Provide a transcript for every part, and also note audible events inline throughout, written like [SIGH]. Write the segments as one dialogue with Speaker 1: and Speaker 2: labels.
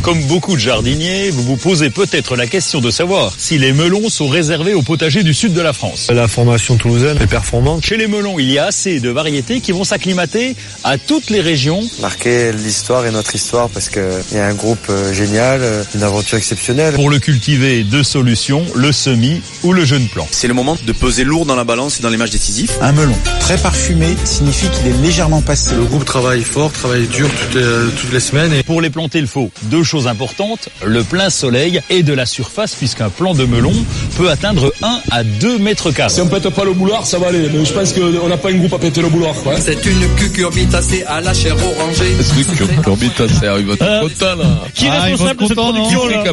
Speaker 1: Comme beaucoup de jardiniers, vous vous posez peut-être la question de savoir si les melons sont réservés aux potagers du sud de la France.
Speaker 2: Euh, La formation toulousaine est performante.
Speaker 1: Chez les melons, il y a assez de variétés qui vont s'acclimater à toutes les régions.
Speaker 3: Marquer l'histoire et notre histoire parce qu'il y a un groupe euh, génial, une aventure exceptionnelle.
Speaker 1: Pour le cultiver, deux solutions, le semis ou le jeune plant.
Speaker 4: C'est le moment de peser lourd dans la balance et dans les matchs décisifs.
Speaker 5: Un melon très parfumé signifie qu'il est légèrement passé.
Speaker 6: Le groupe travaille fort, travaille dur toutes les, euh, toutes les semaines. Et...
Speaker 1: Pour les planter, il faut deux choses importantes, le plein soleil et de la surface puisqu'un plant de melon peut atteindre 1 à 2 mètres carrés.
Speaker 7: Si on pète pas le boulard, ça va aller. Mais je pense qu'on n'a pas une groupe à péter le boulard. Ouais.
Speaker 8: C'est une cucurbitacée à la chair orangée.
Speaker 9: C'est une cucurbitacée, il va être content là.
Speaker 10: Qui est responsable de cette production là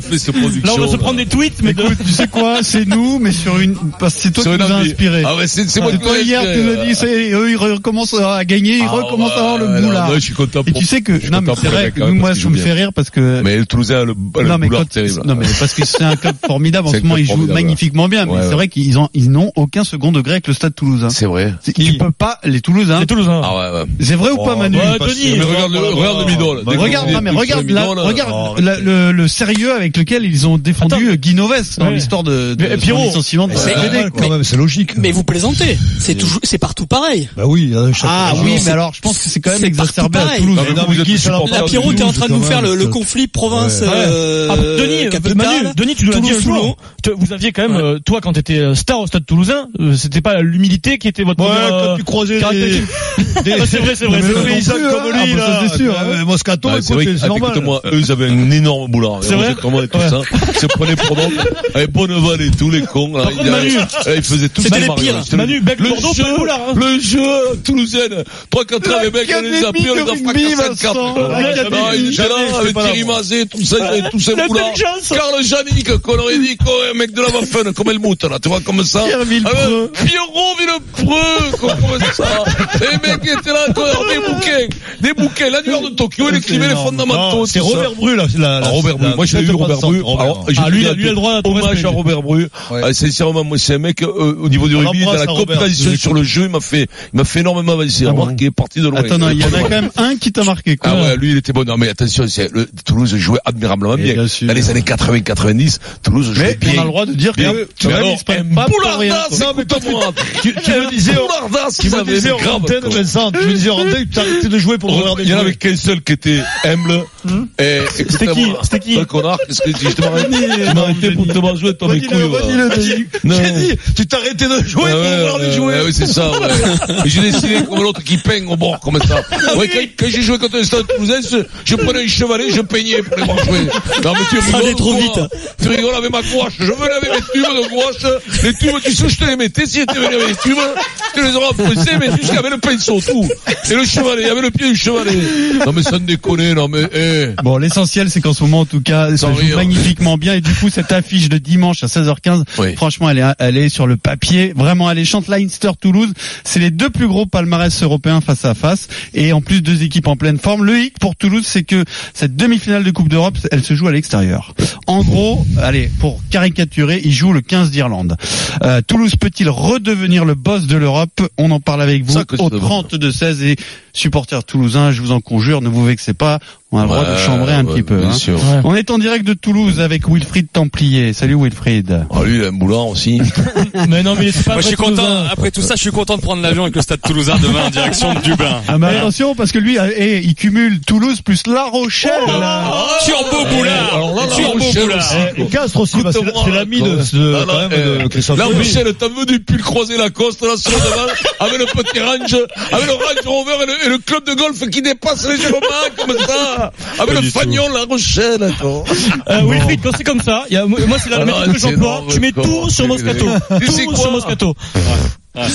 Speaker 10: Là on va se prendre des tweets. Mais
Speaker 2: Écoute, tu sais quoi C'est nous, mais sur une... C'est toi qui nous as inspiré.
Speaker 9: Ah ouais, c'est moi
Speaker 2: C'est toi hier qui nous as dit, c'est- eux ils recommencent à gagner, ils
Speaker 9: Ah
Speaker 2: recommencent à avoir
Speaker 9: ouais,
Speaker 2: le
Speaker 9: non,
Speaker 2: boulard.
Speaker 9: non, je suis content
Speaker 2: Et
Speaker 9: pour-
Speaker 2: tu sais que,
Speaker 9: je suis
Speaker 2: non mais
Speaker 9: content
Speaker 2: c'est
Speaker 9: pour les
Speaker 2: vrai,
Speaker 9: mecs,
Speaker 2: que
Speaker 9: quand même,
Speaker 2: moi
Speaker 9: parce
Speaker 2: je me
Speaker 9: qu'ils jouent
Speaker 2: fais rire parce que...
Speaker 9: Mais le Toulousain a le, a le
Speaker 2: non mais,
Speaker 9: boulard
Speaker 2: quand-
Speaker 9: terrible.
Speaker 2: non mais parce que c'est un club formidable
Speaker 9: [LAUGHS]
Speaker 2: en
Speaker 9: C'est
Speaker 2: ce
Speaker 9: un
Speaker 2: moment
Speaker 9: club
Speaker 2: ils jouent
Speaker 9: formidable,
Speaker 2: magnifiquement bien mais
Speaker 9: Ouais,
Speaker 2: c'est
Speaker 9: ouais.
Speaker 2: vrai qu'ils ont ils n'ont aucun second degré avec le stade toulousain.
Speaker 9: C'est vrai.
Speaker 2: C'est- Tu peux pas les Toulousains.
Speaker 10: C'est Toulousain.
Speaker 9: Ah ouais, ouais.
Speaker 2: C'est vrai ou pas Manu
Speaker 10: bah,
Speaker 2: Pas
Speaker 10: Denis,
Speaker 2: sûr.
Speaker 9: Mais regarde le, regarde le bidon, là. Dès qu'on
Speaker 2: Regarde,
Speaker 9: fait
Speaker 2: non,
Speaker 9: des
Speaker 2: mais
Speaker 9: trucs sur
Speaker 2: regarde,
Speaker 9: le
Speaker 2: la-
Speaker 9: bidon, là.
Speaker 2: regarde
Speaker 9: Oh,
Speaker 2: la- le, le sérieux avec lequel ils ont défendu
Speaker 10: Attends.
Speaker 2: euh, Guy Novès dans
Speaker 10: Ouais.
Speaker 2: l'histoire de, de
Speaker 10: Mais,
Speaker 2: son
Speaker 10: Pierrot,
Speaker 2: licenciement de
Speaker 11: c'est
Speaker 2: la
Speaker 11: normal,
Speaker 2: BD,
Speaker 11: quand même, c'est logique.
Speaker 12: Mais vous plaisantez. C'est toujours, c'est partout pareil.
Speaker 11: Bah oui, hein, chacun-
Speaker 2: Ah oui, mais alors je pense que c'est quand même
Speaker 12: C'est
Speaker 2: exacerbé à
Speaker 12: partout
Speaker 2: Toulouse.
Speaker 9: pareil. Non, mais non, mais Guy, c'est
Speaker 12: La
Speaker 9: Ah,
Speaker 12: Pierrot,
Speaker 11: Toulouse,
Speaker 12: t'es en train de
Speaker 11: quand
Speaker 12: nous faire
Speaker 11: même,
Speaker 12: le, le
Speaker 11: ça-
Speaker 12: conflit province,
Speaker 11: Ouais. bah,
Speaker 12: euh,
Speaker 10: Ah, Denis,
Speaker 12: capitale.
Speaker 10: Manu, Denis, tu dois
Speaker 12: Toulouse,
Speaker 10: dire
Speaker 12: Toulon.
Speaker 10: Vous aviez quand même, euh, toi, quand t'étais euh, star au stade toulousain, euh, c'était pas l'humilité qui était votre première, euh,
Speaker 11: croisais [LAUGHS]
Speaker 10: caractéristique. Ah, c'est vrai, c'est vrai.
Speaker 11: Mais
Speaker 10: c'est
Speaker 11: non
Speaker 10: vrai.
Speaker 11: plus, hein. Ah, bah,
Speaker 10: euh,
Speaker 11: ça, c'est sûr. hein. Moscato,
Speaker 9: Ah,
Speaker 11: écoute,
Speaker 9: c'est vrai que-
Speaker 11: c'est
Speaker 9: ah,
Speaker 11: normal.
Speaker 9: écoute-moi, eux, ils avaient un énorme boulard.
Speaker 10: C'est vrai
Speaker 9: Comment et tout
Speaker 10: Ouais.
Speaker 9: ça. Ils se prenaient pour d'autres. Avec Bonneval et tous les cons, là.
Speaker 10: contre,
Speaker 9: ils-
Speaker 10: Manu,
Speaker 9: euh, Ils faisaient tout
Speaker 12: c'était
Speaker 9: ça,
Speaker 12: les
Speaker 9: Mario.
Speaker 12: pires.
Speaker 9: C'était le-
Speaker 10: Manu, bec
Speaker 9: le
Speaker 10: Bordeaux,
Speaker 9: jeu,
Speaker 10: pas de boulard, hein.
Speaker 9: le jeu, toulousaine. 3-4 ans, les mecs, on les a pris, on les a
Speaker 2: Académie de
Speaker 9: fracassés
Speaker 2: rugby, Vincent.
Speaker 9: Non, il était là, avec Thierry Mazet, tout ça, ils avaient tous ces boulards.
Speaker 10: L'intelligence.
Speaker 9: Carl Janik, Colorédic, un mec de la Waffen, comme Helmut, là, tu vois, comme ça.
Speaker 2: Pierre Villepreux.
Speaker 9: Ah ouais, Pierrot Villepreux, comme comme
Speaker 11: [LAUGHS]
Speaker 9: ça. Les mecs étaient là, quoi, des bouquins, des bouquins, l'annuaire de Tokyo, il écrivait les fondamentaux,
Speaker 11: Non, C'est
Speaker 9: tout ça.
Speaker 11: Robert Bru, là. la-
Speaker 9: Ah,
Speaker 11: la-
Speaker 9: Robert Bru.
Speaker 11: la-
Speaker 9: Moi, j'ai
Speaker 11: tête
Speaker 9: vu
Speaker 11: de
Speaker 9: Robert
Speaker 11: passante,
Speaker 9: Bru.
Speaker 11: Robert.
Speaker 9: Alors, j'ai
Speaker 10: Ah, lui,
Speaker 9: vu
Speaker 10: il a- lui a le droit à ton
Speaker 9: Hommage
Speaker 10: respect.
Speaker 9: à Robert Bru.
Speaker 11: Ouais.
Speaker 9: Ah, sincèrement, moi, c'est un mec, euh, au niveau du
Speaker 11: On
Speaker 9: rugby, dans
Speaker 11: l'embrasse,
Speaker 9: la
Speaker 11: hein, Robert.
Speaker 9: compétition sur le jeu, il m'a fait, il m'a fait énormément avancer. Remarque, il est parti de loin.
Speaker 2: Ah Attends, non, il y en a quand même un qui t'a marqué quoi.
Speaker 9: Ah ouais, lui il était bon. Non mais attention, c'est le Toulouse jouait admirablement
Speaker 2: Et
Speaker 9: bien.
Speaker 2: bien sûr.
Speaker 9: Dans les années 80-90, Toulouse jouait
Speaker 2: Mais
Speaker 9: bien.
Speaker 2: on a le droit de dire
Speaker 9: bien. eh,
Speaker 2: que
Speaker 9: Tu
Speaker 2: quand même, ils se prennent pas pour rien, quoi.
Speaker 9: Non mais toi,
Speaker 11: Tu tu me disais,
Speaker 9: Boulardas
Speaker 11: tu
Speaker 9: qu'ils
Speaker 11: me
Speaker 9: avaient
Speaker 11: disais en
Speaker 9: grave.
Speaker 11: antenne,
Speaker 9: quoi.
Speaker 11: Vincent, tu me disais en antenne, tu arrêtais de jouer pour Robert
Speaker 9: Il y en avait
Speaker 11: Bru.
Speaker 9: qu'un seul qui était humble.
Speaker 2: Hmm
Speaker 9: Et C'était
Speaker 10: qui C'était qui
Speaker 9: Le connard, qu'est-ce que tu dis Je te m'arrête. Tu m'as arrêté bah, pour te manger toi mes couilles. ouais. Non.
Speaker 11: J'ai dit, tu t'arrêtais de jouer
Speaker 9: Ah
Speaker 11: pour
Speaker 9: ouais,
Speaker 11: voir les
Speaker 9: ouais,
Speaker 11: jouer.
Speaker 9: ouais, ouais, c'est ça,
Speaker 11: [LAUGHS]
Speaker 9: ouais. Et J'ai dessiné comme l'autre qui peigne au bord, comme ça.
Speaker 11: Ah
Speaker 9: Ouais, quand, quand j'ai joué contre le Stade Toulousain, ce- je prenais un chevalet, je peignais pour les voir jouer. Non, mais
Speaker 2: Ah,
Speaker 9: tu rigoles.
Speaker 12: allait trop
Speaker 9: toi.
Speaker 2: hein.
Speaker 12: vite.
Speaker 9: Tu rigoles avec ma gouache. Je venais avec mes tubes de gouache. Les tubes, tu sais, je te les mettais. Si étais venu avec les tubes, je te les aurais pressés, mais jusqu'avec le pinceau, tout. Et le chevalet, il y avait le pied du chevalet. Non, mais ça ne déconne, non, mais, eh.
Speaker 2: Bon, l'essentiel c'est qu'en ce moment en tout cas, ça
Speaker 9: Sans
Speaker 2: joue
Speaker 9: rire.
Speaker 2: magnifiquement bien et du coup cette affiche de dimanche à 16h15,
Speaker 9: Oui.
Speaker 2: franchement elle est elle est sur le papier, vraiment alléchante Leinster Toulouse, c'est les deux plus gros palmarès européens face à face et en plus deux équipes en pleine forme. Le hic pour Toulouse, c'est que cette demi-finale de Coupe d'Europe, elle se joue à l'extérieur. En gros, allez, pour caricaturer, ils jouent le 15 d'Irlande. Euh, Toulouse peut-il redevenir le boss de l'Europe On en parle avec vous
Speaker 9: Ça que je
Speaker 2: au
Speaker 9: demande.
Speaker 2: 32 16 et supporters toulousains, je vous en conjure, ne vous vexez pas, on a le droit de
Speaker 9: Ouais,
Speaker 2: chambrer un
Speaker 9: ouais,
Speaker 2: petit peu.
Speaker 9: bien
Speaker 2: hein.
Speaker 9: sûr.
Speaker 2: On est en direct de Toulouse avec Wilfried Templier. Salut Wilfried.
Speaker 9: Ah, lui, il a un boulard
Speaker 11: [LAUGHS]
Speaker 9: aussi.
Speaker 10: Mais non, mais c'est pas
Speaker 8: Moi,
Speaker 10: vrai
Speaker 8: je suis
Speaker 10: Toulousain. Ah,
Speaker 8: content. Après tout ça, je suis content de prendre l'avion avec le stade toulousain demain en direction de Dublin.
Speaker 2: Ah mais attention parce que lui, eh, il cumule Toulouse plus La Rochelle.
Speaker 11: Oh
Speaker 2: Oh là.
Speaker 8: Turbo Boulard.
Speaker 9: Eh, Alors là, la
Speaker 8: Turbo
Speaker 9: Rochelle
Speaker 8: Boulard.
Speaker 9: aussi.
Speaker 11: Et Castres aussi, parce que
Speaker 9: Écoute-moi,
Speaker 11: c'est l'ami de,
Speaker 9: toi.
Speaker 11: de,
Speaker 9: Non,
Speaker 11: quand
Speaker 9: non,
Speaker 11: même, de
Speaker 6: euh,
Speaker 9: eh,
Speaker 11: Christophe
Speaker 9: Là,
Speaker 11: Colomb.
Speaker 9: Michel, t'as venu pull croiser la coste, là, sur le devant, avec le petit range, avec le range rover et le, et le club de golf qui dépasse légèrement,
Speaker 10: [LAUGHS]
Speaker 9: comme ça, avec le fagnon, la Rochelle, toi.
Speaker 10: Euh, Wilfried, quand c'est comme ça, il y a, moi c'est la
Speaker 9: Ah non,
Speaker 10: méthode que
Speaker 9: c'est
Speaker 10: j'emploie,
Speaker 9: énorme,
Speaker 10: tu mets
Speaker 9: comment
Speaker 10: tout sur
Speaker 9: c'est
Speaker 10: Moscato.
Speaker 9: vrai. Tu sais
Speaker 10: Tout
Speaker 9: quoi
Speaker 10: sur Moscato.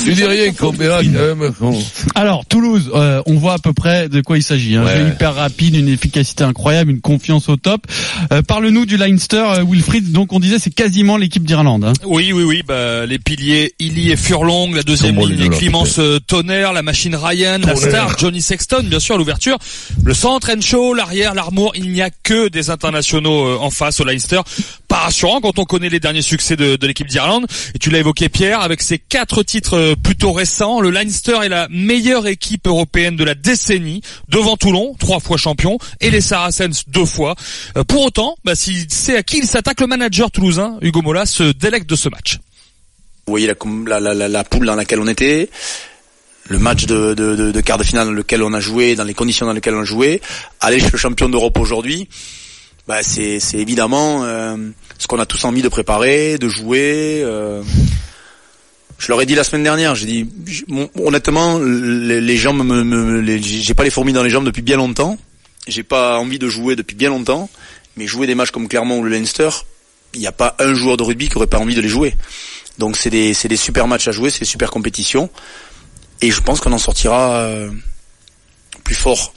Speaker 9: Tu dis rien, hein, qu'on verra quand même, con.
Speaker 2: Alors Toulouse, euh, on voit à peu près de quoi il s'agit. hein.
Speaker 9: Ouais.
Speaker 2: Jeu hyper rapide, une efficacité incroyable, une confiance au top. Euh, Parle-nous du Leinster, euh, Wilfried. Donc on disait c'est quasiment l'équipe d'Irlande. hein.
Speaker 8: Oui, oui, oui, bah, les piliers Illy et Furlong, la deuxième
Speaker 9: Bon, les
Speaker 8: ligne
Speaker 9: deux, là,
Speaker 8: Clémence euh, Tonnerre, la machine Ryan, la star Johnny Sexton, bien sûr, à l'ouverture, le centre Encho, l'arrière, l'armour, il n'y a que des internationaux euh, en face au Leinster. pas rassurant quand on connaît les derniers succès de, de l'équipe d'Irlande. Et tu l'as évoqué Pierre, avec ses quatre titres euh, plutôt récents, le Leinster est la meilleure équipe européenne de la décennie, devant Toulon, trois fois champion, et les Saracens deux fois. Euh, Pour autant, bah, s'il sait à qui il s'attaque, le manager toulousain, Hugo Mola, se délecte de ce match.
Speaker 4: Vous voyez la, com- la, la, la, la poule dans laquelle on était, le match de, de, de, de quart de finale dans lequel on a joué, dans les conditions dans lesquelles on a joué. Aller chez le champion d'Europe aujourd'hui, bah c'est, c'est évidemment euh, ce qu'on a tous envie de préparer, de jouer. euh. je leur ai dit la semaine dernière, j'ai dit j- mon- honnêtement, les, les jambes, me, me- les- j'ai pas les fourmis dans les jambes depuis bien longtemps. J'ai pas envie de jouer depuis bien longtemps, mais jouer des matchs comme Clermont ou le Leinster, il n'y a pas un joueur de rugby qui aurait pas envie de les jouer. Donc c'est des, c'est des super matchs à jouer, c'est des super compétitions. Et je pense qu'on en sortira euh, plus fort.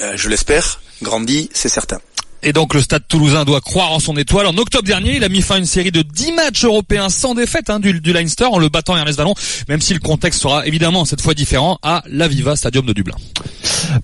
Speaker 4: Euh, je l'espère, grandi, c'est certain.
Speaker 8: Et donc le stade toulousain doit croire en son étoile. En octobre dernier, il a mis fin à une série de 10 matchs européens sans défaite hein, du, du Leinster en le battant Ernest Vallon, même si le contexte sera évidemment cette fois différent à l'Aviva Stadium de Dublin.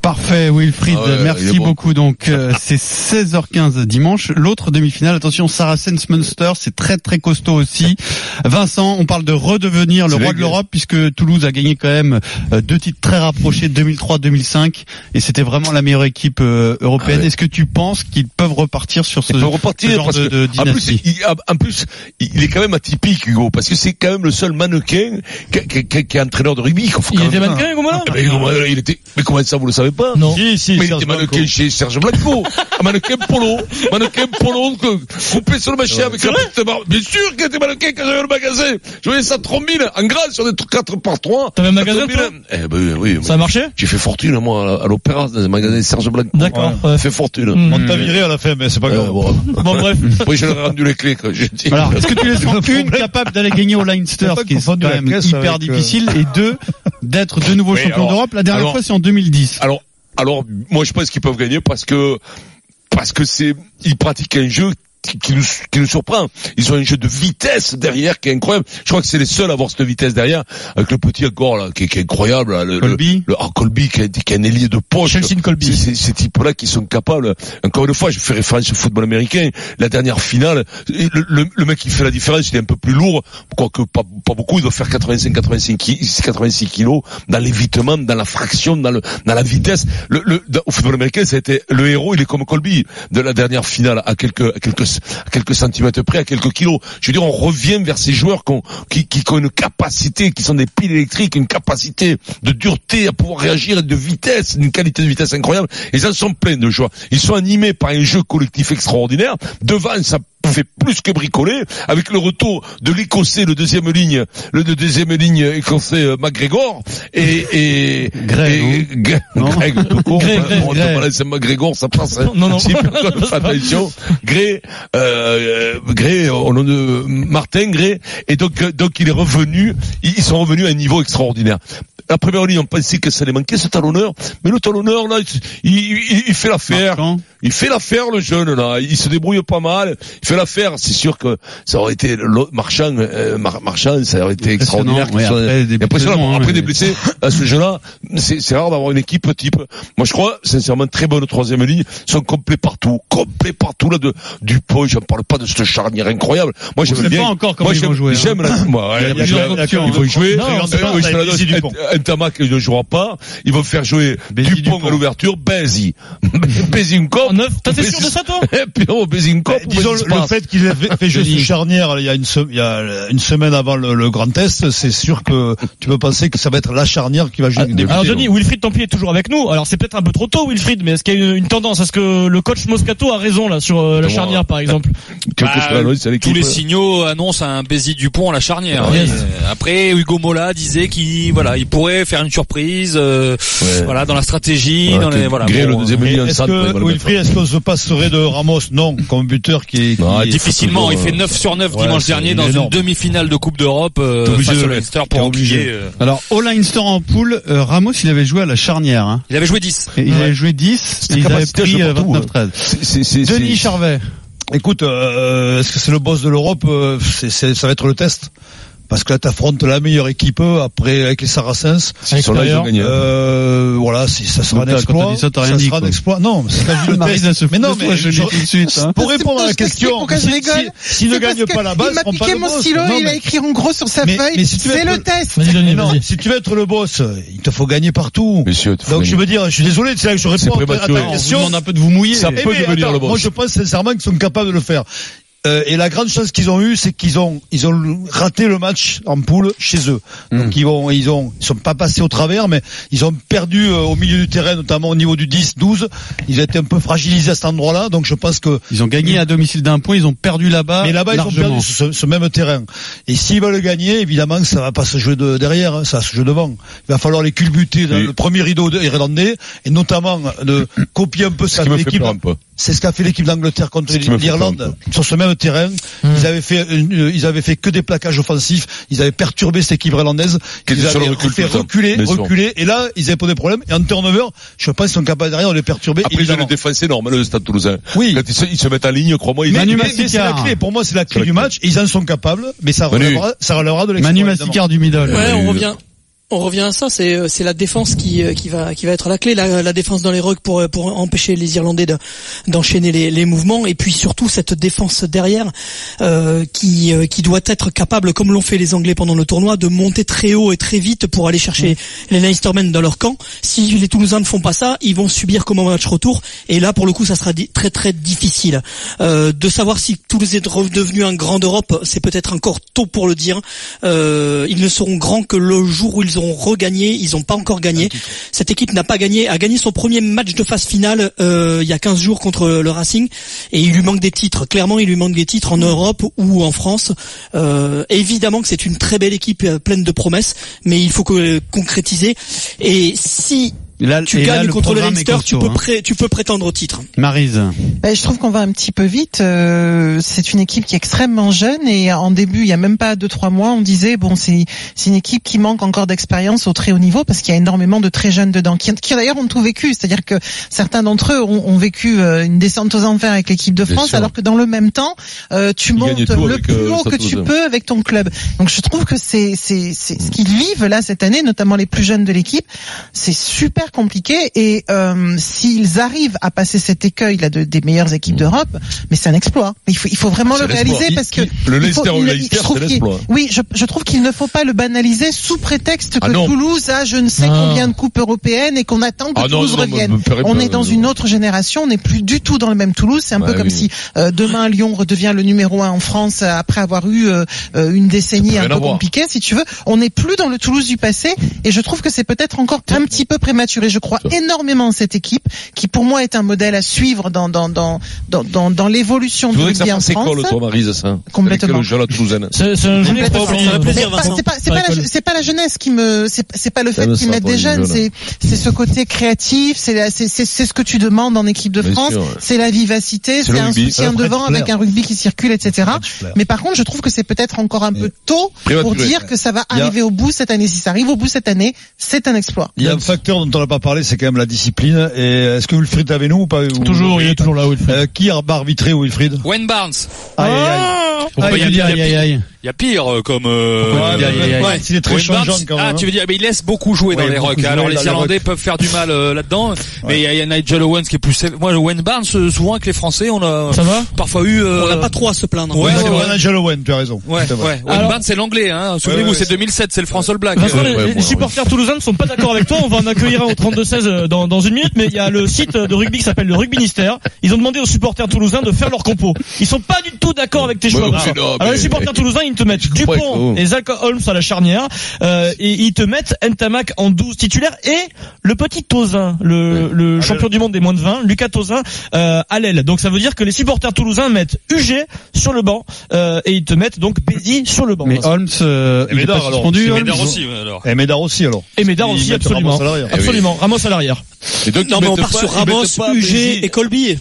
Speaker 2: Parfait, Wilfried.
Speaker 8: Ah ouais, il
Speaker 2: merci
Speaker 8: est bon.
Speaker 2: beaucoup.
Speaker 9: [LAUGHS]
Speaker 2: Donc, euh, c'est 16h15 dimanche. L'autre demi-finale, attention, Saracens Munster, c'est très très costaud aussi. Vincent, on parle de redevenir le
Speaker 11: C'est
Speaker 2: roi
Speaker 11: vrai
Speaker 2: de
Speaker 11: que-
Speaker 2: l'Europe puisque Toulouse a gagné quand même euh, deux titres très rapprochés, 2003-2005, et c'était vraiment la meilleure équipe euh, européenne. Est-ce que tu penses qu'ils peuvent repartir sur ce,
Speaker 9: Ah Ils peuvent
Speaker 2: ce
Speaker 9: repartir
Speaker 2: genre
Speaker 9: parce
Speaker 2: de, de
Speaker 9: que, en plus,
Speaker 2: dynastie
Speaker 9: il, en plus, il est quand même atypique, Hugo, parce que c'est quand même le seul mannequin qui, qui- qui- qui est entraîneur de rugby. qu'il faut
Speaker 10: Il
Speaker 9: quand
Speaker 10: était
Speaker 9: même-
Speaker 10: mannequin, Hugo Mola
Speaker 9: Eh ben, Hugo Mola, il était, mais comment ça, vous le savez pas?
Speaker 10: Non. Si, si,
Speaker 9: Mais il
Speaker 10: Serge
Speaker 9: était mannequin
Speaker 10: Blanco.
Speaker 9: chez Serge Blanco. Un mannequin polo. Mannequin polo, que- coupé sur le machin avec la petite barbe. Bien sûr qu'il était mannequin quand j'avais le magasin. Je voyais ça 3000 en gras sur des trucs 4 par 3.
Speaker 10: T'avais un magasin, toi
Speaker 9: Eh ben, oui.
Speaker 10: Ça a marché
Speaker 9: J'ai fait fortune, moi, à- à l'opéra, dans un magasin de Serge Blanco.
Speaker 10: D'accord, Hmm.
Speaker 9: J'ai fait fortune.
Speaker 11: On t'a viré à la fin, mais c'est pas grave.
Speaker 10: Bon, bref.
Speaker 9: Oui, je leur ai rendu les clés, quoi. J'ai dit. [LAUGHS]
Speaker 2: Alors, est-ce que tu les sens une capable d'aller gagner au Leinster, ce qui est quand
Speaker 11: la
Speaker 2: même
Speaker 11: caisse
Speaker 2: hyper
Speaker 11: avec, euh,
Speaker 2: difficile, et deux, d'être de
Speaker 9: [LAUGHS]
Speaker 2: nouveau
Speaker 9: Oui,
Speaker 2: champion
Speaker 9: alors-
Speaker 2: d'Europe. La dernière
Speaker 9: alors-
Speaker 2: fois, c'est en 2010.
Speaker 9: Alors, alors, moi, je pense qu'ils peuvent gagner parce que, parce que c'est, ils pratiquent un jeu qui, qui nous, qui nous surprend. Ils ont un jeu de vitesse derrière qui est incroyable. Je crois que c'est les seuls à avoir cette vitesse derrière avec le petit encore, là, qui, qui est incroyable, là, le,
Speaker 2: Colby.
Speaker 9: le, le- ah, Colby, qui, est- qui est un ailier de poche.
Speaker 10: [LAUGHS] Chelsea Colby.
Speaker 9: C'est- c'est- ces types-là qui sont capables. Encore une fois, je fais référence au football américain. La dernière finale, le, le- le mec qui fait la différence, il est un peu plus lourd, quoique pas, pas beaucoup. Il doit faire 85, 85, ki- 86 kilos dans l'évitement, dans la fraction, dans, le, dans la vitesse. Le, le- dans- au football américain, ça a été le héros. Il est comme Colby de la dernière finale, à quelques, à quelques, à quelques centimètres près, à quelques kilos. Je veux dire, on revient vers ces joueurs qu'on- qui, qui, qui ont une capacité, qui sont des piles électriques, une capacité de dureté à pouvoir réagir et de vitesse, une qualité de vitesse incroyable. Ils en sont pleins de joie. Ils sont animés par un jeu collectif extraordinaire. Devant, ça fait plus que bricoler avec le retour de l'écossais le deuxième ligne le de- deuxième ligne écossais euh, McGregor et et
Speaker 2: Greg,
Speaker 9: et- Gre-
Speaker 2: Non
Speaker 9: Greg tout court.
Speaker 10: Greg,
Speaker 9: Enfin,
Speaker 10: Greg,
Speaker 9: on te
Speaker 10: Greg.
Speaker 9: balance un McGregor ça passe hein.
Speaker 10: Non, non.
Speaker 9: Si, personne [LAUGHS] fait attention Grey euh, euh, Grey au nom de Martin Grey et donc euh, donc il est revenu ils ils sont revenus à un niveau extraordinaire la première ligne, on pensait que ça allait manquer ce talonneur, mais le talonneur là, il, il- il fait l'affaire.
Speaker 2: Marchand.
Speaker 9: Il fait l'affaire le jeune là, il se débrouille pas mal, il fait l'affaire. C'est sûr que ça aurait été l'autre marchand, euh, Mar- marchand, ça aurait été
Speaker 2: Impressionnant,
Speaker 9: extraordinaire. qu'il
Speaker 2: ouais, après, des
Speaker 9: et après,
Speaker 2: saisons,
Speaker 9: ça,
Speaker 2: hein,
Speaker 9: après
Speaker 2: mais-
Speaker 9: des blessés à euh, ce jeu-là, c'est c'est rare d'avoir une équipe type. Moi, je crois sincèrement très bonne troisième ligne, ils sont complets partout, complets partout là de du pot. Je ne parle pas de cette charnière incroyable. Moi,
Speaker 2: sait
Speaker 9: j'aime bien.
Speaker 2: pas encore comment
Speaker 9: moi,
Speaker 2: ils vont
Speaker 9: j'aime-
Speaker 2: jouer, hein.
Speaker 9: J'aime la. moi,
Speaker 2: Il y a
Speaker 9: ouais,
Speaker 2: plusieurs
Speaker 9: j'aime-
Speaker 2: options.
Speaker 9: ils vont jouer.
Speaker 10: Non, on sait
Speaker 9: Euh,
Speaker 10: pas, ça va être
Speaker 9: Salados,
Speaker 10: Bézi Dupont.
Speaker 9: un- un Tamac ne jouera pas. Ils vont faire jouer
Speaker 2: Bézi
Speaker 9: Dupont
Speaker 2: Dupont.
Speaker 9: à l'ouverture, Bézi. Bézi une
Speaker 10: En neuf, t'as t'es sûr de ça, toi
Speaker 9: Pierrot, Bézi une
Speaker 11: Bah, disons, le, le fait qu'il ait fait- fait jeu
Speaker 2: Denis.
Speaker 11: sous charnière il y a une, se- il y a une semaine avant le, le Grand Test, c'est sûr que tu peux penser que ça va être la charnière
Speaker 6: Ah,
Speaker 11: qui va jouer. une
Speaker 10: Alors
Speaker 11: débutée,
Speaker 10: Johnny, Wilfried Templier est toujours avec nous. Alors c'est peut-être un peu trop tôt Wilfried, mais est-ce qu'il y a une, une tendance Est-ce que le coach Moscato a raison là sur euh, la
Speaker 9: Comment,
Speaker 10: charnière
Speaker 9: euh,
Speaker 10: par exemple
Speaker 9: Quelque
Speaker 8: Bah,
Speaker 9: chose à l'autre, c'est
Speaker 8: tous
Speaker 9: l'équipe.
Speaker 8: les signaux annoncent un Bézi Dupont à la charnière.
Speaker 10: Yes.
Speaker 8: Euh, Après, Hugo Mola disait qu'il voilà, il pourrait faire une surprise, euh,
Speaker 9: Ouais.
Speaker 8: voilà, dans la stratégie,
Speaker 9: Ouais,
Speaker 8: dans les
Speaker 9: que
Speaker 8: voilà.
Speaker 9: Gré,
Speaker 8: bon,
Speaker 9: le deuxième
Speaker 11: Et
Speaker 9: ligne, en
Speaker 11: Est-ce
Speaker 9: centre, il va
Speaker 11: que
Speaker 9: le mettre.
Speaker 11: Wilfried, est-ce qu'on se passerait de Ramos Non, comme buteur qui est.
Speaker 9: Non,
Speaker 11: qui
Speaker 8: euh,
Speaker 11: est-
Speaker 8: difficilement, il
Speaker 9: toujours,
Speaker 8: fait
Speaker 9: euh,
Speaker 8: 9 sur 9
Speaker 11: ouais,
Speaker 8: dimanche
Speaker 11: c'est
Speaker 8: dernier dans une
Speaker 11: énorme.
Speaker 8: demi-finale de Coupe d'Europe euh,
Speaker 9: T'es obligé
Speaker 8: face
Speaker 9: de
Speaker 8: au
Speaker 9: le
Speaker 8: Leinster
Speaker 9: mettre,
Speaker 8: pour
Speaker 9: t'es obligé.
Speaker 8: enquiller, euh.
Speaker 2: Alors, au Leinster en poule, euh, Ramos, il avait joué à la charnière. Hein.
Speaker 8: Il avait joué 10.
Speaker 2: Et il avait joué 10 et
Speaker 9: C'était
Speaker 2: il avait
Speaker 9: capacité à
Speaker 2: pris
Speaker 9: jouer
Speaker 2: euh,
Speaker 9: partout,
Speaker 2: 29-13.
Speaker 9: C'est- c'est- c'est-
Speaker 2: Denis
Speaker 9: c'est-
Speaker 2: Charvet.
Speaker 11: Écoute, euh, est-ce que c'est le boss de l'Europe Euh, c'est- c'est- Ça va être le test. parce que là t'affrontes la meilleure équipe euh, après avec les Saracens.
Speaker 2: Ils sont là, ils ont gagné.
Speaker 11: Euh, voilà, si ça
Speaker 2: Donc,
Speaker 11: sera un
Speaker 2: Bah, t'as-
Speaker 11: exploit.
Speaker 2: quand t'as dit ça, t'as rien
Speaker 11: ça
Speaker 2: dit,
Speaker 11: sera un
Speaker 2: quoi.
Speaker 11: exploit. Non, mais c'est la
Speaker 2: [LAUGHS] Le Paris, ça se
Speaker 11: Mais
Speaker 2: fout
Speaker 11: non,
Speaker 2: de toi,
Speaker 11: mais
Speaker 2: je le dis tout de suite, hein.
Speaker 11: Pour répondre à la
Speaker 13: Putain, je t'explique
Speaker 11: question,
Speaker 13: pourquoi je
Speaker 11: si-
Speaker 13: rigole.
Speaker 11: si- s'ils ne
Speaker 13: C'est parce
Speaker 11: gagnent
Speaker 13: que
Speaker 11: pas la base,
Speaker 13: il m'a
Speaker 11: ils seront pas
Speaker 13: piqué
Speaker 11: le
Speaker 13: mon
Speaker 11: boss.
Speaker 13: stylo,
Speaker 11: Non,
Speaker 13: il a
Speaker 11: mais-
Speaker 13: écrit en gros sur sa
Speaker 11: mais-
Speaker 13: feuille.
Speaker 11: mais si tu veux
Speaker 13: c'est
Speaker 11: être
Speaker 13: le
Speaker 11: le-
Speaker 13: test.
Speaker 11: Mais non, si tu veux être le boss, il te faut gagner partout. Donc je veux dire, je suis désolé, c'est là que je
Speaker 2: C'est
Speaker 11: réponds à ta
Speaker 2: prématuré. On vous
Speaker 11: question.
Speaker 2: demande un peu de vous mouiller. Ça
Speaker 11: Eh
Speaker 2: peut
Speaker 11: mais
Speaker 2: devenir
Speaker 11: attends,
Speaker 2: le boss.
Speaker 11: Moi je pense sincèrement qu'ils sont capables de le faire. Euh, et la grande chance qu'ils ont eue, c'est qu'ils ont ils ont raté le match en poule chez eux.
Speaker 2: Hmm.
Speaker 11: Donc ils vont ils ont ils sont pas passés au travers, mais ils ont perdu euh, au milieu du terrain, notamment au niveau du 10-12. Ils étaient un peu fragilisés à cet endroit-là, donc je pense que
Speaker 2: Ils ont gagné à domicile d'un point, ils ont perdu là-bas.
Speaker 11: mais là-bas, ils ont
Speaker 2: Ah, largement.
Speaker 11: perdu ce, ce même terrain. Et s'ils veulent gagner, évidemment, ça va pas se jouer de, derrière, hein, ça va se jouer devant. Il va falloir les culbuter dans le premier rideau de- irlandais, et notamment de copier un peu ce
Speaker 14: Ce
Speaker 11: qu'a
Speaker 14: qui me
Speaker 11: fait
Speaker 14: fait
Speaker 11: l'équipe.
Speaker 14: peur un peu.
Speaker 11: C'est ce qu'a fait l'équipe d'Angleterre contre
Speaker 14: Ce qui me fait peur un
Speaker 11: l'Irlande sur ce même terrain.
Speaker 2: Hmm.
Speaker 11: Ils avaient fait, une- euh, ils avaient fait que des plaquages offensifs. Ils avaient perturbé cette équipe irlandaise.
Speaker 14: Qui était
Speaker 11: ils
Speaker 14: sur le
Speaker 11: avaient
Speaker 14: recul
Speaker 11: fait
Speaker 14: tout le temps.
Speaker 11: reculer,
Speaker 14: Bien sûr.
Speaker 11: reculer. Et là, ils avaient pas des problèmes. Et en turnover, je pense qu'ils sont capables derrière de les perturber.
Speaker 14: Après, ils ont
Speaker 11: évidemment.
Speaker 14: une défense énorme, le Stade Toulousain.
Speaker 11: Oui.
Speaker 14: Quand ils se, ils se mettent en ligne, crois-moi, ils
Speaker 11: Mais, mais- mais c'est la clé. Pour moi, c'est la clé du match. Ils en sont capables, mais ça
Speaker 14: Manu.
Speaker 11: relèvera, ça relèvera de l'exploit.
Speaker 2: Manu
Speaker 11: évidemment.
Speaker 2: Massicard du middle.
Speaker 12: Ouais, on revient. On revient à ça, c'est euh, c'est la défense qui euh, qui va qui va être la clé, la, la défense dans les rugs pour euh, pour empêcher les Irlandais de- d'enchaîner les, les mouvements et puis surtout cette défense derrière euh, qui euh, qui doit être capable, comme l'ont fait les Anglais pendant le tournoi, de monter très haut et très vite pour aller chercher les Leinstermen dans leur camp. Si les Toulousains ne font pas ça, ils vont subir comme un match retour et là pour le coup ça sera di- très très difficile Euh, de savoir si Toulouse est redevenu un grand d'Europe. C'est peut-être encore tôt pour le dire. Euh, ils ne seront grands que le jour où ils auront regagné. Ils n'ont pas encore gagné. Cette équipe n'a pas gagné, a gagné son premier match de phase finale euh, il y a 15 jours contre le Racing. Et il lui manque des titres. Clairement, il lui manque des titres en Europe ou en France. Euh, évidemment que c'est une très belle équipe euh, pleine de promesses, mais il faut que, euh, concrétiser. Et si
Speaker 2: Et là-
Speaker 12: tu
Speaker 2: et là,
Speaker 12: gagnes
Speaker 2: le
Speaker 12: contre le
Speaker 2: programme est
Speaker 12: Leinster, tu
Speaker 2: costaud,
Speaker 12: peux,
Speaker 2: hein.
Speaker 12: pré- tu peux prétendre au titre.
Speaker 2: Marise.
Speaker 13: Ben, je trouve qu'on va un petit peu vite. Euh, c'est une équipe qui est extrêmement jeune et euh, en début, il y a même pas deux trois mois, on disait bon c'est c'est une équipe qui manque encore d'expérience au très haut niveau parce qu'il y a énormément de très jeunes dedans qui, qui d'ailleurs ont tout vécu. C'est-à-dire que certains d'entre eux ont, ont vécu euh, une descente aux enfers avec l'équipe de
Speaker 14: Bien
Speaker 13: France,
Speaker 14: sûr.
Speaker 13: alors que dans le même temps, euh, tu montes
Speaker 14: gagnent
Speaker 13: le
Speaker 14: tout avec,
Speaker 13: plus
Speaker 14: euh,
Speaker 13: haut que
Speaker 14: Stade
Speaker 13: tu
Speaker 14: Toulousain.
Speaker 13: peux avec ton club. Donc je trouve que c'est c'est c'est ce qu'ils vivent là cette année, notamment les plus jeunes de l'équipe, c'est super compliqué et euh, s'ils arrivent à passer cet écueil là de, des meilleures équipes
Speaker 14: Mmh.
Speaker 13: d'Europe, mais c'est un exploit. Mais il faut il faut vraiment
Speaker 14: C'est
Speaker 13: le
Speaker 14: l'exploit.
Speaker 13: réaliser
Speaker 14: Il-
Speaker 13: parce que
Speaker 14: il- le
Speaker 13: il faut-
Speaker 14: Leicester ou
Speaker 13: il-
Speaker 14: le
Speaker 13: il- je
Speaker 14: Leicester,
Speaker 13: trouve
Speaker 14: Oh, c'est
Speaker 13: qu'il-
Speaker 14: l'exploit.
Speaker 13: Oui, je, je trouve qu'il ne faut pas le banaliser sous prétexte
Speaker 14: Ah
Speaker 13: que
Speaker 14: non.
Speaker 13: Toulouse a je ne sais
Speaker 14: Ah.
Speaker 13: combien de coupes européennes et qu'on attend que
Speaker 14: Ah non,
Speaker 13: Toulouse
Speaker 14: non, non,
Speaker 13: revienne.
Speaker 14: me paraît
Speaker 13: on
Speaker 14: pas- euh,
Speaker 13: est dans une autre génération, on n'est plus du tout dans le même Toulouse. C'est un
Speaker 14: Bah
Speaker 13: peu comme
Speaker 14: oui.
Speaker 13: si euh, demain Lyon redevient le numéro un en France euh, après avoir eu euh, euh, une décennie
Speaker 14: Ça peut
Speaker 13: un
Speaker 12: hein,
Speaker 14: rien
Speaker 13: peu
Speaker 14: avoir.
Speaker 13: compliquée, si tu veux. On n'est plus dans le Toulouse du passé et je trouve que c'est peut-être encore un petit peu prématuré. Je crois énormément en cette équipe qui, pour moi, est un modèle à suivre dans dans dans dans dans, dans l'évolution
Speaker 14: Tu
Speaker 13: du
Speaker 14: voudrais que ça
Speaker 13: rugby en
Speaker 14: fasse
Speaker 13: France.
Speaker 14: école, toi, Marise, ça.
Speaker 13: Complètement.
Speaker 14: Avec le jeu à la Toulousaine.
Speaker 10: C'est un jeu
Speaker 13: Complètement.
Speaker 10: propre. Ça fait plaisir,
Speaker 13: Mais enfin,
Speaker 10: Vincent.
Speaker 13: C'est pas, c'est
Speaker 10: Pas
Speaker 13: pas la,
Speaker 10: l'école.
Speaker 13: c'est pas la jeunesse qui me, c'est c'est pas le
Speaker 14: Ça
Speaker 13: fait
Speaker 14: me
Speaker 13: qu'ils
Speaker 14: sera
Speaker 13: mettent
Speaker 14: pas
Speaker 13: des
Speaker 14: une
Speaker 13: jeunes,
Speaker 14: jeune.
Speaker 13: c'est c'est ce côté créatif, c'est la- c'est c'est c'est ce que tu demandes en équipe de
Speaker 14: Bien
Speaker 13: France,
Speaker 14: sûr, ouais.
Speaker 13: c'est la vivacité,
Speaker 14: C'est
Speaker 13: c'est
Speaker 14: le
Speaker 13: un
Speaker 14: rugby.
Speaker 13: soutien
Speaker 14: C'est le
Speaker 13: devant
Speaker 14: French
Speaker 13: avec
Speaker 14: Flair.
Speaker 13: un rugby qui circule, etc.
Speaker 14: Flair.
Speaker 13: Mais par contre, je trouve que c'est peut-être encore un peu
Speaker 9: Ah,
Speaker 13: tôt pour
Speaker 11: prématuré.
Speaker 13: dire que ça va
Speaker 11: Il y a-
Speaker 13: arriver au bout cette année. Si ça arrive au bout cette année, c'est un exploit.
Speaker 11: Il y a un facteur dont on n'a pas parlé, c'est quand même la discipline. Et est-ce que Wilfried est avec nous ou pas
Speaker 13: Mmh.
Speaker 11: Toujours, il est toujours là, Wilfried. qui a arbitré Wilfried
Speaker 8: Wayne Barnes.
Speaker 11: Aïe, aïe,
Speaker 8: Bon,
Speaker 11: Aïe,
Speaker 8: bah, il y a-
Speaker 11: aïe,
Speaker 8: il y a
Speaker 11: aïe,
Speaker 8: pire-
Speaker 11: aïe.
Speaker 8: Il y a pire euh, comme. euh,
Speaker 11: Ouais, mais-
Speaker 8: euh,
Speaker 11: ouais, il est très
Speaker 8: Wayne
Speaker 11: changeant,
Speaker 8: Barnes-
Speaker 11: quand même,
Speaker 8: Ah,
Speaker 11: hein.
Speaker 8: tu veux dire, mais il laisse beaucoup jouer dans
Speaker 11: Ouais,
Speaker 8: les
Speaker 11: beaucoup
Speaker 8: rocks.
Speaker 11: jouer
Speaker 8: Alors
Speaker 11: dans
Speaker 8: les
Speaker 11: les
Speaker 8: Irlandais
Speaker 11: rucks.
Speaker 8: peuvent faire du mal euh, là-dedans, mais il y a- il y a Nigel Owens qui est plus. sévère. Moi, le Wayne Barnes, euh, souvent avec les Français, on a.
Speaker 10: Ça va
Speaker 8: Parfois eu. euh,
Speaker 12: On n'a pas trop à se plaindre.
Speaker 8: Ouais,
Speaker 11: Ouais,
Speaker 8: c'est vrai.
Speaker 11: Nigel Owen, tu as raison.
Speaker 8: Ouais,
Speaker 11: C'est
Speaker 8: ouais.
Speaker 11: vrai.
Speaker 8: Wayne Barnes, c'est l'anglais, hein. Souvenez-vous, c'est 2007, c'est le France All Black.
Speaker 10: Vincent,
Speaker 8: Euh,
Speaker 10: les,
Speaker 8: ouais,
Speaker 10: les
Speaker 8: bon,
Speaker 10: supporters toulousains ne sont pas d'accord avec toi. On va en accueillir un au 32-16 euh, dans, dans une minute. Mais il y a le site de rugby qui s'appelle le Rugby Ministère. Ils ont demandé aux supporters toulousains de faire leur compo. Ils sont pas du tout d'accord avec tes
Speaker 14: Ouais,
Speaker 10: choix.
Speaker 14: mais
Speaker 10: Vincent.
Speaker 14: non, mais-
Speaker 10: Alors les supporters toulousains, ils te mettent
Speaker 14: comprends
Speaker 10: Dupont
Speaker 14: que-
Speaker 10: et Zach Holmes à la charnière. euh, et ils te mettent Ntamak en 12 titulaire et le petit Tozin, le, le champion du monde des moins de 20, Lucas Tozin, euh, à l'aile. Donc ça veut dire que les supporters toulousains mettent UG sur le banc euh, et ils te mettent donc Bézi sur le banc.
Speaker 2: Mais
Speaker 10: Vincent.
Speaker 2: Holmes, euh,
Speaker 10: Et
Speaker 2: il est
Speaker 10: Médard,
Speaker 2: pas
Speaker 10: alors.
Speaker 2: suspendu.
Speaker 10: Et
Speaker 2: Holmes
Speaker 10: Médard aussi, alors.
Speaker 11: Et Médard aussi, alors.
Speaker 10: Et Médard
Speaker 11: Ils
Speaker 10: aussi,
Speaker 11: mettent
Speaker 9: Eh
Speaker 10: absolument.
Speaker 11: Ramos à l'arrière.
Speaker 10: Absolument, Ramos à l'arrière.
Speaker 14: Et donc,
Speaker 12: Non,
Speaker 14: ils
Speaker 12: mais on
Speaker 14: mettent
Speaker 12: part
Speaker 14: pas-
Speaker 12: sur
Speaker 14: ils mettent
Speaker 12: Ramos,
Speaker 14: pas
Speaker 12: UG
Speaker 14: Bézi.
Speaker 12: et Colby. euh,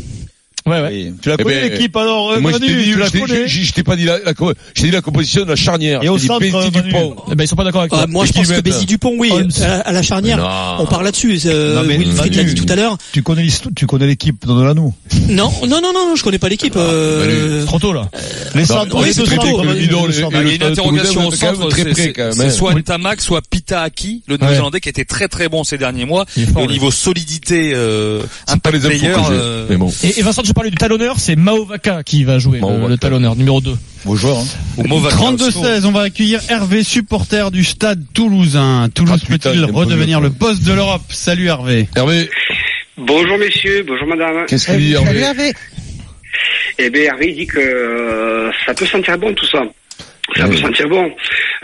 Speaker 10: Ouais, ouais.
Speaker 11: Tu la
Speaker 9: Eh
Speaker 11: connais,
Speaker 9: ben,
Speaker 11: l'équipe, alors, euh,
Speaker 9: Moi, je
Speaker 11: Manu,
Speaker 9: t'ai dit,
Speaker 11: tu la
Speaker 9: je t'ai-
Speaker 11: connais
Speaker 9: je- je- je t'ai pas dit la, la, co- je t'ai dit la composition de la charnière.
Speaker 11: Et au
Speaker 9: Je t'ai dit
Speaker 11: centre,
Speaker 9: Bézi
Speaker 11: euh, Manu.
Speaker 9: Dupont.
Speaker 10: Eh ben, ils sont pas d'accord avec
Speaker 12: Ah,
Speaker 10: toi.
Speaker 12: moi, je
Speaker 9: Et qui
Speaker 12: pense que
Speaker 9: mettent,
Speaker 12: Bézi
Speaker 9: euh,
Speaker 12: Dupont, oui,
Speaker 11: Holmes.
Speaker 12: à, à la
Speaker 9: Mais
Speaker 12: charnière.
Speaker 9: non.
Speaker 12: On parle là-dessus. euh,
Speaker 11: Non, mais
Speaker 12: Wilfried l'a
Speaker 11: Manu,
Speaker 12: dit tout à l'heure.
Speaker 11: Tu connais l'histoire, tu connais l'équipe, donne-la-nous.
Speaker 12: Non, non, non, non, non, je connais pas l'équipe. euh,
Speaker 10: C'est trop tôt, là.
Speaker 11: Les
Speaker 9: Non,
Speaker 11: centres,
Speaker 9: mais
Speaker 11: les
Speaker 12: c'est
Speaker 11: deux
Speaker 12: très
Speaker 11: centres,
Speaker 12: tôt,
Speaker 2: Ah,
Speaker 11: comme
Speaker 12: mais
Speaker 11: dit
Speaker 9: dis donc,
Speaker 11: le
Speaker 9: les- les-
Speaker 11: centre.
Speaker 8: Il y
Speaker 9: le
Speaker 8: a une interrogation
Speaker 9: Toulousain,
Speaker 8: au
Speaker 9: c'est quand
Speaker 8: centre,
Speaker 9: même très
Speaker 8: c'est-
Speaker 9: près,
Speaker 8: c'est-
Speaker 9: quand même,
Speaker 8: c'est
Speaker 9: hein.
Speaker 8: soit Ntamak, soit Pita Aki, le néo-zélandais qui était très très bon ces derniers mois.
Speaker 10: Il est fort,
Speaker 8: Et au
Speaker 10: lui.
Speaker 8: niveau solidité, euh,
Speaker 9: C'est pas les infos
Speaker 8: player,
Speaker 9: que j'ai.
Speaker 8: euh,
Speaker 9: Mais bon.
Speaker 10: Et, et Vincent, je parlais du talonneur, c'est Mao Vaca qui va jouer, le-
Speaker 9: Mao
Speaker 10: le,
Speaker 9: Vaca.
Speaker 10: talonneur numéro 2.
Speaker 11: Beau joueur, hein.
Speaker 8: ou Movaca aussi.
Speaker 2: 32-16, on va accueillir Hervé, supporter du stade toulousain. Toulouse
Speaker 9: Ah, putain,
Speaker 2: peut-il
Speaker 9: j'aime pas
Speaker 2: redevenir
Speaker 9: le
Speaker 2: le boss de l'Europe Salut Hervé.
Speaker 9: Hervé,
Speaker 15: Bonjour messieurs, bonjour madame.
Speaker 9: qu'est-ce qu'il dit,
Speaker 16: Salut
Speaker 9: Hervé?
Speaker 16: Hervé.
Speaker 15: Eh bien Hervé dit que euh, ça peut sentir bon tout ça. Ça
Speaker 9: Oui.
Speaker 15: peut [LAUGHS] sentir bon.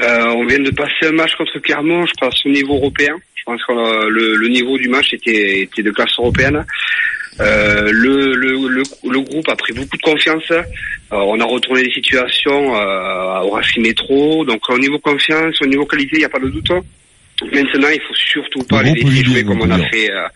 Speaker 15: Euh, on vient de passer un match contre Clermont, je pense au niveau européen. Je pense que euh, le, le niveau du match était, était de classe européenne. Euh, le, le, le, le groupe a pris beaucoup de confiance. Euh, on a retourné les situations euh, au Racing Métro. Donc au niveau confiance, au niveau qualité, il n'y a pas de doute. Maintenant, il faut surtout pas
Speaker 9: Le
Speaker 15: les
Speaker 9: groupe
Speaker 15: laisser jouer
Speaker 9: Olivier,
Speaker 15: comme on a
Speaker 9: Olivier.
Speaker 15: fait euh,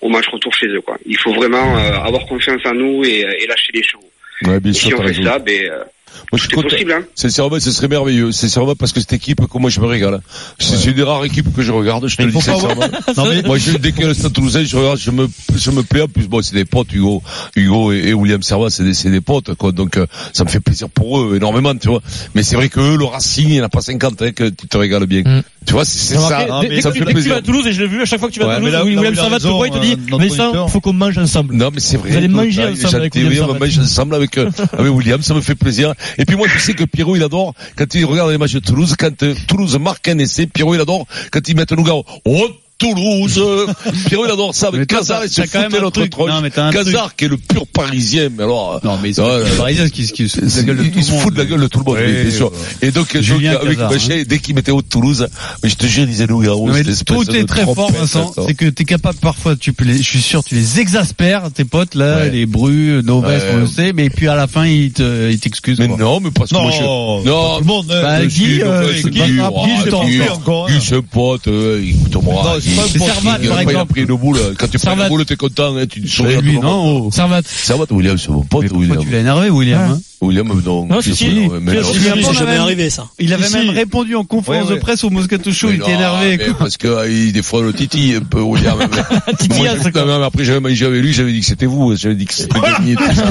Speaker 15: au match retour chez eux. Quoi. Il faut vraiment euh, avoir confiance en nous et, euh, et lâcher les chevaux.
Speaker 9: Ouais, bien
Speaker 15: Et si
Speaker 9: sûr,
Speaker 15: on
Speaker 9: t'as
Speaker 15: fait
Speaker 9: raison.
Speaker 15: ça, ben, euh,
Speaker 9: Moi, je suis
Speaker 15: c'est
Speaker 9: content.
Speaker 15: possible. Hein.
Speaker 9: Sincèrement, ce serait merveilleux. Sincèrement, parce que cette équipe, comment je me régale. C'est c'est une des rares équipes que je regarde, je te le dis
Speaker 11: faut pas
Speaker 9: sincèrement.
Speaker 11: Non, mais-
Speaker 9: Moi, je, dès que le Stade Toulousain, je regarde, je me, je me plais. En plus, bon, c'est des potes, Hugo, Hugo et, et William Servat, c'est des, c'est des potes, quoi. Donc, euh, ça me fait plaisir pour eux énormément, tu vois. Mais c'est vrai que eux, le Racing, il n'y en a pas 50, hein, que tu te régales bien.
Speaker 10: Mm.
Speaker 9: Tu vois, c'est c'est
Speaker 10: T'as
Speaker 9: ça.
Speaker 10: remarqué,
Speaker 11: hein,
Speaker 10: dès,
Speaker 11: mais
Speaker 10: dès
Speaker 9: ça
Speaker 10: que,
Speaker 9: me fait
Speaker 10: tu- dès que tu
Speaker 9: plaisir.
Speaker 10: vas à Toulouse, et je l'ai vu à chaque fois que tu vas
Speaker 11: Ouais,
Speaker 10: à
Speaker 11: mais
Speaker 10: Toulouse,
Speaker 11: là- là où
Speaker 10: William
Speaker 11: il a
Speaker 10: Savat te
Speaker 11: raison,
Speaker 10: voit, il te dit,
Speaker 11: euh, notre
Speaker 10: mais ça,
Speaker 11: auditeur.
Speaker 10: faut qu'on mange ensemble.
Speaker 9: Non, mais c'est vrai.
Speaker 10: Vous allez
Speaker 9: Écoute,
Speaker 10: manger
Speaker 9: hein,
Speaker 10: ensemble
Speaker 9: j'ai
Speaker 10: avec
Speaker 9: théorie,
Speaker 10: William
Speaker 9: on va
Speaker 10: Servat.
Speaker 9: manger ensemble avec, euh, avec William, ça me fait plaisir. Et puis moi, je sais que Pierrot, il adore, quand il regarde les matchs de Toulouse, quand euh, Toulouse marque un essai, Pierrot, il adore, quand ils mettent Nougaro. Oh,
Speaker 2: [LAUGHS]
Speaker 9: Toulouse! euh, Pierrot, il adore ça
Speaker 2: Mais
Speaker 9: avec
Speaker 2: toi,
Speaker 9: Cazard,
Speaker 2: t'as-
Speaker 9: il se
Speaker 2: t'as quand
Speaker 9: fout de
Speaker 2: même un
Speaker 9: notre
Speaker 2: truc.
Speaker 9: tronche.
Speaker 2: Non, mais t'as un
Speaker 9: Cazard, qui est le pur parisien, mais alors.
Speaker 2: Non, mais ils
Speaker 9: euh,
Speaker 2: sont parisiens qui qui se
Speaker 9: il
Speaker 2: foutent de la gueule de tout
Speaker 9: se
Speaker 2: le monde.
Speaker 9: fout de la gueule de tout le monde,
Speaker 2: Ouais,
Speaker 9: bien sûr.
Speaker 2: ouais.
Speaker 9: Et donc, euh, donc,
Speaker 2: Julien
Speaker 9: avec
Speaker 2: Cazard,
Speaker 9: Bachet, dès qu'il mettait au Toulouse, mais je te jure, il disait Nougaro.
Speaker 2: Non, mais
Speaker 9: cette espèce
Speaker 2: tout
Speaker 9: de
Speaker 2: est très fort,
Speaker 9: trompette,
Speaker 2: Vincent.
Speaker 9: ça.
Speaker 2: C'est que t'es capable parfois, tu peux les, je suis sûr, tu les exaspères, tes potes là,
Speaker 9: Ouais.
Speaker 2: les brus, Noves,
Speaker 9: Ouais.
Speaker 2: on le sait, mais puis à la fin ils te, ils t'excusent.
Speaker 9: Mais
Speaker 2: quoi.
Speaker 9: non, mais parce que moi, je...
Speaker 11: Non,
Speaker 9: non,
Speaker 11: Bon, euh,
Speaker 2: Bah,
Speaker 9: Euh,
Speaker 2: Guy,
Speaker 9: si,
Speaker 2: euh,
Speaker 9: donc, ouais, c'est
Speaker 2: Guy,
Speaker 9: dur,
Speaker 2: Guy,
Speaker 9: ah,
Speaker 2: je
Speaker 9: dur.
Speaker 2: t'en prie encore.
Speaker 9: Guy, c'est un pote, euh, écoute-moi.
Speaker 11: Non, c'est pas un
Speaker 9: Guy,
Speaker 11: pote,
Speaker 2: Servat,
Speaker 9: Guy, après, il
Speaker 2: par
Speaker 9: a
Speaker 2: exemple.
Speaker 9: pris le boule. Quand tu prends
Speaker 10: Servat.
Speaker 9: le boule, t'es content, hein, tu souris
Speaker 2: Mais
Speaker 9: à
Speaker 2: lui,
Speaker 9: tout le monde.
Speaker 2: non. oh.
Speaker 10: Servat.
Speaker 9: Servat, William, c'est mon pote,
Speaker 2: Pourquoi tu
Speaker 9: William.
Speaker 2: l'as énervé, William hein
Speaker 9: William, non.
Speaker 10: Non, si,
Speaker 9: qu'est-ce
Speaker 10: si,
Speaker 9: que-
Speaker 10: si,
Speaker 9: mais
Speaker 10: si,
Speaker 9: alors-
Speaker 10: si, si,
Speaker 12: C'est
Speaker 2: on
Speaker 12: jamais
Speaker 2: avait-
Speaker 12: arrivé
Speaker 10: [LAUGHS]
Speaker 12: ça.
Speaker 2: Il avait
Speaker 11: Si,
Speaker 2: même
Speaker 11: si.
Speaker 2: répondu en conférence
Speaker 11: Ouais, ouais.
Speaker 2: de presse au Moscato Show,
Speaker 9: Mais
Speaker 2: il était
Speaker 9: non,
Speaker 2: énervé.
Speaker 9: mais
Speaker 2: quoi.
Speaker 9: Parce que, euh, il- des fois, le titille, un peu, William. mais-
Speaker 10: Titi,
Speaker 9: Moi,
Speaker 10: hein,
Speaker 9: je-
Speaker 10: c'est quoi.
Speaker 9: non, mais après, j'avais mangé avec lui, j'avais dit que c'était vous, j'avais dit que c'était Denis et tout ça.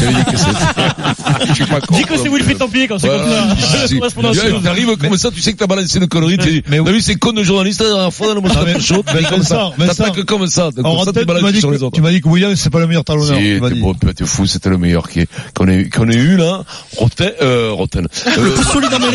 Speaker 9: J'avais dit que c'était, je suis pas con.
Speaker 10: Dis que c'est
Speaker 9: donc,
Speaker 10: Wilfried
Speaker 9: euh,
Speaker 10: Templier quand c'est comme
Speaker 9: Voilà,
Speaker 10: [LAUGHS] ça.
Speaker 9: si, si.
Speaker 10: Correspondance.
Speaker 9: Tu vois, T'arrives comme ça, tu sais que t'as balancé une connerie. tu-
Speaker 11: Mais
Speaker 9: T'as
Speaker 11: oui.
Speaker 9: vu ces cons de journalistes la dernière fois dans le Moscato Show
Speaker 11: mais
Speaker 9: t'es comme ça.
Speaker 11: Vincent, Vincent.
Speaker 9: T'attaques comme ça. donc
Speaker 11: En
Speaker 9: Comme ça,
Speaker 11: rentrée,
Speaker 9: t'es
Speaker 11: tu m'as
Speaker 9: balancé
Speaker 11: dit
Speaker 9: sur les
Speaker 11: que-
Speaker 9: autres.
Speaker 11: tu m'as dit que William, c'est pas le meilleur talonneur.
Speaker 9: Si,
Speaker 11: tu m'as
Speaker 9: t'es
Speaker 11: dit.
Speaker 9: bon, putain, t'es fou, c'était le meilleur qui est- qu'on ait, qu'on ait eu, là. Roten, euh, Roten. Euh,
Speaker 10: Jérôme
Speaker 9: euh,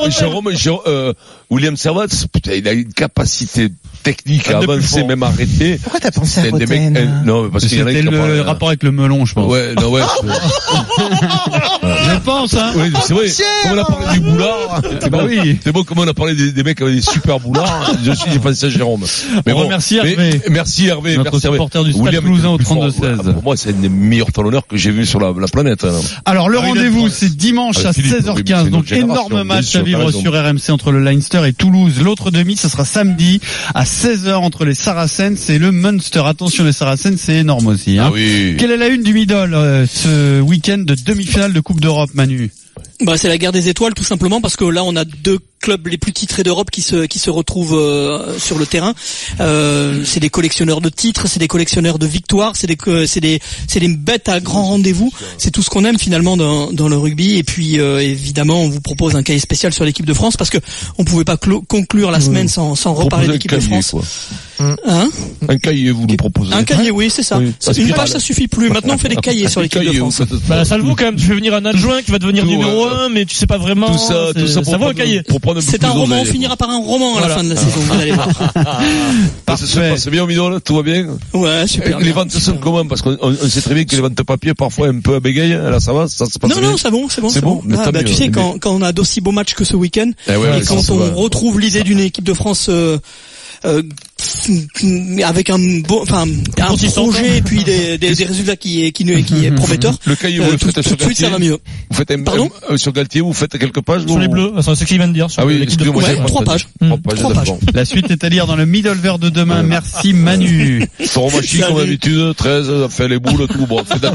Speaker 10: Rotel.
Speaker 9: Jérôme, Jérôme, euh, William Servat, putain, il a une capacité technique à
Speaker 11: Un des plus
Speaker 9: avancer,
Speaker 11: forts.
Speaker 9: même arrêter.
Speaker 16: Pourquoi t'as pensé à hein
Speaker 9: C'est un des mecs, euh,
Speaker 16: Roten
Speaker 9: non, mais parce qu'il y en a
Speaker 2: C'était
Speaker 9: qui en
Speaker 2: le
Speaker 9: parlent, hein.
Speaker 2: rapport avec le melon, je pense.
Speaker 9: Ouais, non,
Speaker 11: Ah,
Speaker 9: ouais. c'est-
Speaker 2: Je pense, hein.
Speaker 9: Oui, c'est vrai. Comme on a parlé du
Speaker 11: Ah,
Speaker 9: boulard, c'est
Speaker 2: Bah
Speaker 9: bon.
Speaker 2: oui.
Speaker 9: C'est bon, comme on a parlé des, des mecs avec des super boulards, hein. je suis, j'ai pensé à Jérôme.
Speaker 2: On remercie Hervé.
Speaker 9: mais- merci Hervé.
Speaker 2: Notre
Speaker 9: merci Hervé.
Speaker 2: supporter du Stade
Speaker 9: William
Speaker 2: Toulousain
Speaker 9: était le
Speaker 2: au
Speaker 9: plus fort.
Speaker 2: 32-16.
Speaker 9: Voilà, Pour moi, c'est un des meilleurs talonneurs que j'ai vu sur la, la planète. hein.
Speaker 2: Alors le
Speaker 9: Ah oui,
Speaker 2: rendez-vous
Speaker 9: le-
Speaker 2: c'est dimanche
Speaker 9: Ah,
Speaker 2: à
Speaker 9: Philippe, oui, mais
Speaker 2: 16h15,
Speaker 9: c'est
Speaker 2: donc
Speaker 9: notre génération,
Speaker 2: énorme
Speaker 9: bien
Speaker 2: match
Speaker 9: sûr,
Speaker 2: à
Speaker 9: t'as
Speaker 2: vivre
Speaker 9: raison.
Speaker 2: sur RMC entre le Leinster et Toulouse. L'autre demi ce sera samedi à 16h entre les Saracens et le Munster. Attention les Saracens c'est énorme aussi. Hein.
Speaker 9: Ah oui.
Speaker 2: Quelle est la une du middle euh, ce week-end de demi-finale de Coupe d'Europe Manu
Speaker 12: Bah, c'est la guerre des étoiles tout simplement parce que là on a deux clubs les plus titrés d'Europe qui se qui se retrouvent euh, sur le terrain. Euh, c'est des collectionneurs de titres, c'est des collectionneurs de victoires, c'est des co- c'est des c'est des bêtes à grand rendez-vous. C'est tout ce qu'on aime finalement dans, dans le rugby. Et puis euh, évidemment on vous propose un cahier spécial sur l'équipe de France parce que on pouvait pas clo- conclure la semaine sans sans reparler
Speaker 9: Proposez
Speaker 12: de
Speaker 9: un
Speaker 12: l'équipe de
Speaker 9: cahier,
Speaker 12: France.
Speaker 9: quoi.
Speaker 12: Hein
Speaker 9: Un cahier, vous nous proposez.
Speaker 12: un cahier, oui, c'est ça.
Speaker 9: Oui,
Speaker 12: Ça-
Speaker 9: ça
Speaker 12: Une
Speaker 9: suffit
Speaker 12: page,
Speaker 9: pas.
Speaker 12: ça suffit plus. Maintenant, on fait des cahiers sur
Speaker 9: Un
Speaker 12: l'équipe de
Speaker 9: cahier,
Speaker 12: France.
Speaker 9: vous faites-
Speaker 10: Bah, ça le vaut quand même, tu fais venir un adjoint qui va devenir
Speaker 9: Tout,
Speaker 10: numéro
Speaker 9: euh,
Speaker 10: 1, mais tu sais pas vraiment.
Speaker 9: Tout ça,
Speaker 10: c'est-
Speaker 9: tout ça pour
Speaker 10: Ça vaut un
Speaker 9: prendre,
Speaker 10: cahier.
Speaker 9: pour prendre
Speaker 12: C'est
Speaker 9: peu
Speaker 12: un
Speaker 9: plus
Speaker 12: roman, on
Speaker 9: d'oseille.
Speaker 12: finira par un roman à la
Speaker 10: Voilà.
Speaker 12: fin de la saison. Vous
Speaker 9: [LAUGHS]
Speaker 12: allez voir.
Speaker 9: Ça se passe bien au milieu, là, tout va bien.
Speaker 12: Ouais, super.
Speaker 9: les
Speaker 12: bien,
Speaker 9: ventes
Speaker 12: super
Speaker 9: sont comment? Parce qu'on on- on sait très bien que les ventes papier, parfois, un peu à bégaye. hein, Là, ça va? Ça se passe
Speaker 12: Non,
Speaker 9: bien
Speaker 12: non, c'est bon, c'est bon.
Speaker 9: C'est bon, mais
Speaker 12: Ah,
Speaker 9: tant
Speaker 12: bah,
Speaker 9: mieux,
Speaker 12: tu sais,
Speaker 9: mais-
Speaker 12: quand, quand on a d'aussi beaux matchs que ce week-end,
Speaker 9: Eh ouais,
Speaker 12: et
Speaker 9: ouais, ça,
Speaker 12: quand
Speaker 9: ça
Speaker 12: on
Speaker 9: va.
Speaker 12: retrouve l'idée d'une équipe de France euh, euh, avec un bon, enfin, un
Speaker 10: Consistante.
Speaker 12: projet et puis des, des, des résultats qui, qui, qui, qui est prometteur,
Speaker 9: Le cahier, Mhm. vous
Speaker 12: euh,
Speaker 9: le
Speaker 12: tout,
Speaker 9: faites
Speaker 12: tout
Speaker 9: sur
Speaker 12: de suite ça va
Speaker 9: Galtier.
Speaker 12: mieux.
Speaker 9: Vous faites un,
Speaker 12: Pardon
Speaker 9: un- euh, sur Galtier, vous faites quelques pages?
Speaker 10: Sur
Speaker 9: vous-
Speaker 10: les bleus, enfin, c'est ce qu'il vient de dire. sur
Speaker 9: Ah oui,
Speaker 10: l'équipe de
Speaker 9: excusez-moi,
Speaker 10: France.
Speaker 12: Ouais,
Speaker 9: j'ai pas
Speaker 12: trois
Speaker 9: entendu.
Speaker 12: pages.
Speaker 9: Trois pages.
Speaker 12: Trois
Speaker 9: d'accord.
Speaker 2: La suite est à lire dans le middle vert de demain. Merci Manu.
Speaker 9: Soromachi, comme
Speaker 12: Salut.
Speaker 9: d'habitude, 13, ça fait les boules, tout. Bon, c'est d'accord.